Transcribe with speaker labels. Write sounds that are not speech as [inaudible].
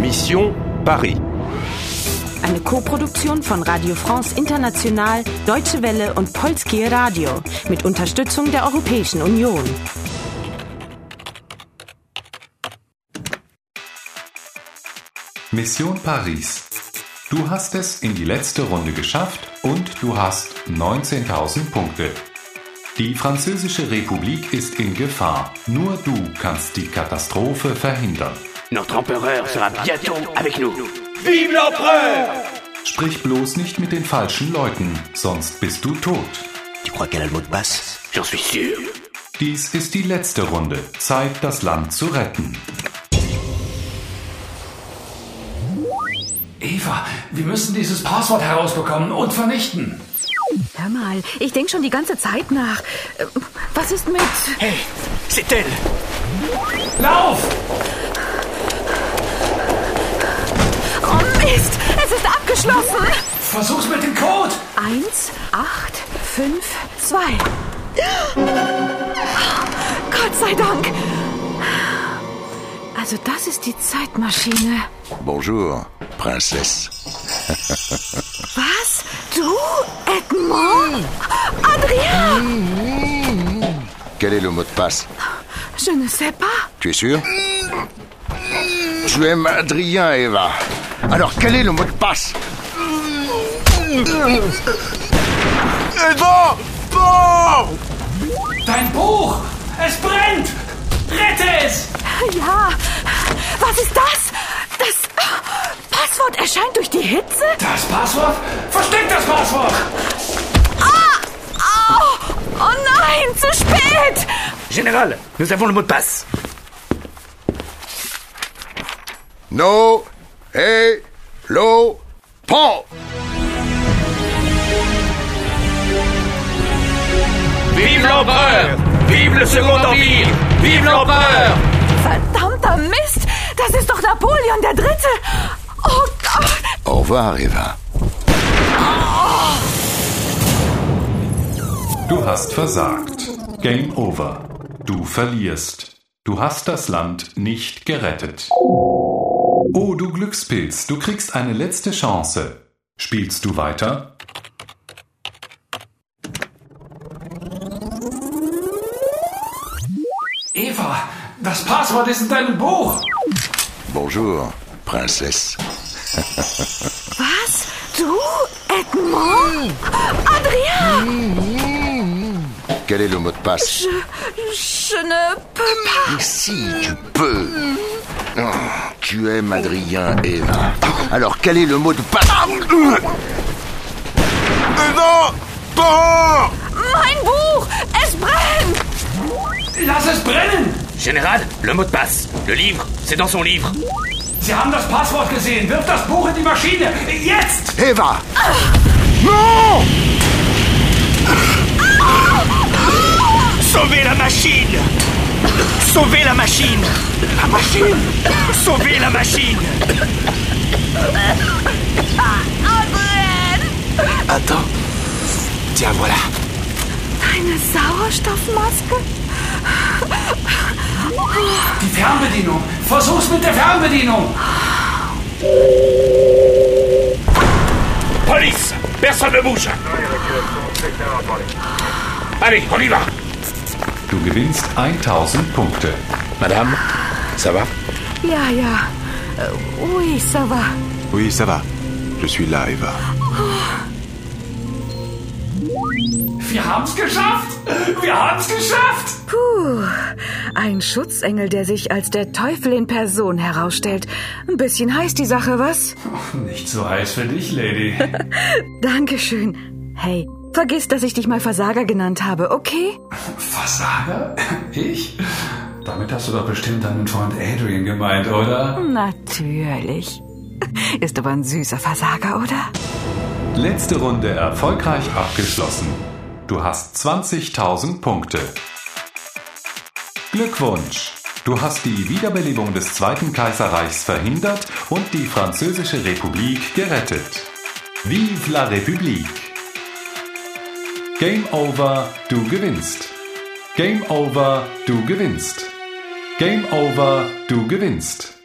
Speaker 1: Mission Paris.
Speaker 2: Eine Koproduktion von Radio France International, Deutsche Welle und Polskie Radio mit Unterstützung der Europäischen Union.
Speaker 3: Mission Paris. Du hast es in die letzte Runde geschafft und du hast 19.000 Punkte. Die Französische Republik ist in Gefahr. Nur du kannst die Katastrophe verhindern.
Speaker 4: Notre empereur sera bientôt avec nous.
Speaker 5: Vive l'empereur
Speaker 3: Sprich bloß nicht mit den falschen Leuten, sonst bist du tot.
Speaker 6: Tu crois qu'elle a le mot de passe
Speaker 4: J'en suis sûr.
Speaker 3: Dies ist die letzte Runde. Zeit, das Land zu retten.
Speaker 7: Eva, wir müssen dieses Passwort herausbekommen und vernichten.
Speaker 8: Hör mal, ich denke schon die ganze Zeit nach. Äh, Was ist mit...
Speaker 5: Hey, c'est elle
Speaker 7: Lauf!
Speaker 8: Oh Mist, es ist abgeschlossen.
Speaker 7: Versuch's mit dem Code!
Speaker 8: Eins, acht, fünf, zwei. Gott sei Dank. Also das ist die Zeitmaschine.
Speaker 6: Bonjour, Princesse.
Speaker 8: Was? Du, Edmond? Adrien?
Speaker 6: Quel est le mot de passe
Speaker 8: Je ne sais pas.
Speaker 6: Tu es sûr Tu aimes Adrien, Eva. Alors, quel est le mot de passe Eva
Speaker 7: Dein Buch! Es brennt! Rette es!
Speaker 8: Ja. Was ist das? Das ah, Passwort erscheint durch die Hitze?
Speaker 7: Das Passwort? Versteck das Passwort!
Speaker 8: Ah, Au! Oh nein, zu spät!
Speaker 4: Général, nous avons le mot de passe.
Speaker 6: No et lo pan
Speaker 5: Vive l'empereur Vive le Second Empire Vive l'empereur
Speaker 8: Verdammter Mist! Das ist doch Napoleon der Dritte! Oh Gott!
Speaker 6: Au revoir, Eva.
Speaker 3: Du hast versagt. Game over. Du verlierst. Du hast das Land nicht gerettet. Oh, du Glückspilz, du kriegst eine letzte Chance. Spielst du weiter?
Speaker 7: Eva, das Passwort ist in deinem Buch!
Speaker 6: Bonjour, Princesse.
Speaker 8: Was? Du, Edmond? Adrien!
Speaker 6: Quel est le mot de passe
Speaker 8: Je ne peux pas.
Speaker 6: Si tu peux. Oh, tu aimes Adrien, Eva. Alors, quel est le mot de passe Eva pan
Speaker 8: Mein Buch! Es brennt!
Speaker 7: Lass es brennen!
Speaker 4: Général, le mot de passe. Le livre, c'est dans son livre.
Speaker 7: Sie haben das Passwort gesehen! Wirf das Buch in die Maschine! Jetzt!
Speaker 6: Eva Non
Speaker 5: Sauvez la machine Sauvez la machine La machine Sauvez la machine
Speaker 9: Attends. Tiens, voilà.
Speaker 8: Deine Sauerstoffmaske?
Speaker 7: Die Fernbedienung! Versuch's mit der Fernbedienung!
Speaker 4: Police Personne ne bouge Allez, on y va
Speaker 3: Du gewinnst 1000 Punkte.
Speaker 9: Madame, ça va
Speaker 8: Ja, ja. Äh, Oui, ça va.
Speaker 9: Oui, ça va. Je suis là, Eva.
Speaker 7: Wir haben's geschafft! Wir haben's geschafft!
Speaker 8: Puh. Ein Schutzengel, der sich als der Teufel in Person herausstellt. Ein bisschen heiß die Sache, was?
Speaker 7: Nicht so heiß für dich, Lady.
Speaker 8: Dankeschön. Hey, vergiss, dass ich dich mal Versager genannt habe, okay?
Speaker 7: Versager? Ich? Damit hast du doch bestimmt deinen Freund Adrian gemeint, oder?
Speaker 8: Natürlich. [laughs] Ist aber ein süßer Versager, oder?
Speaker 3: Letzte Runde erfolgreich abgeschlossen. Du hast 20.000 Punkte. Glückwunsch! Du hast die Wiederbelebung des Zweiten Kaiserreichs verhindert und die Französische Republik gerettet. Vive la République! Game over, du gewinnst. Game over, du gewinnst. Game over, du gewinnst.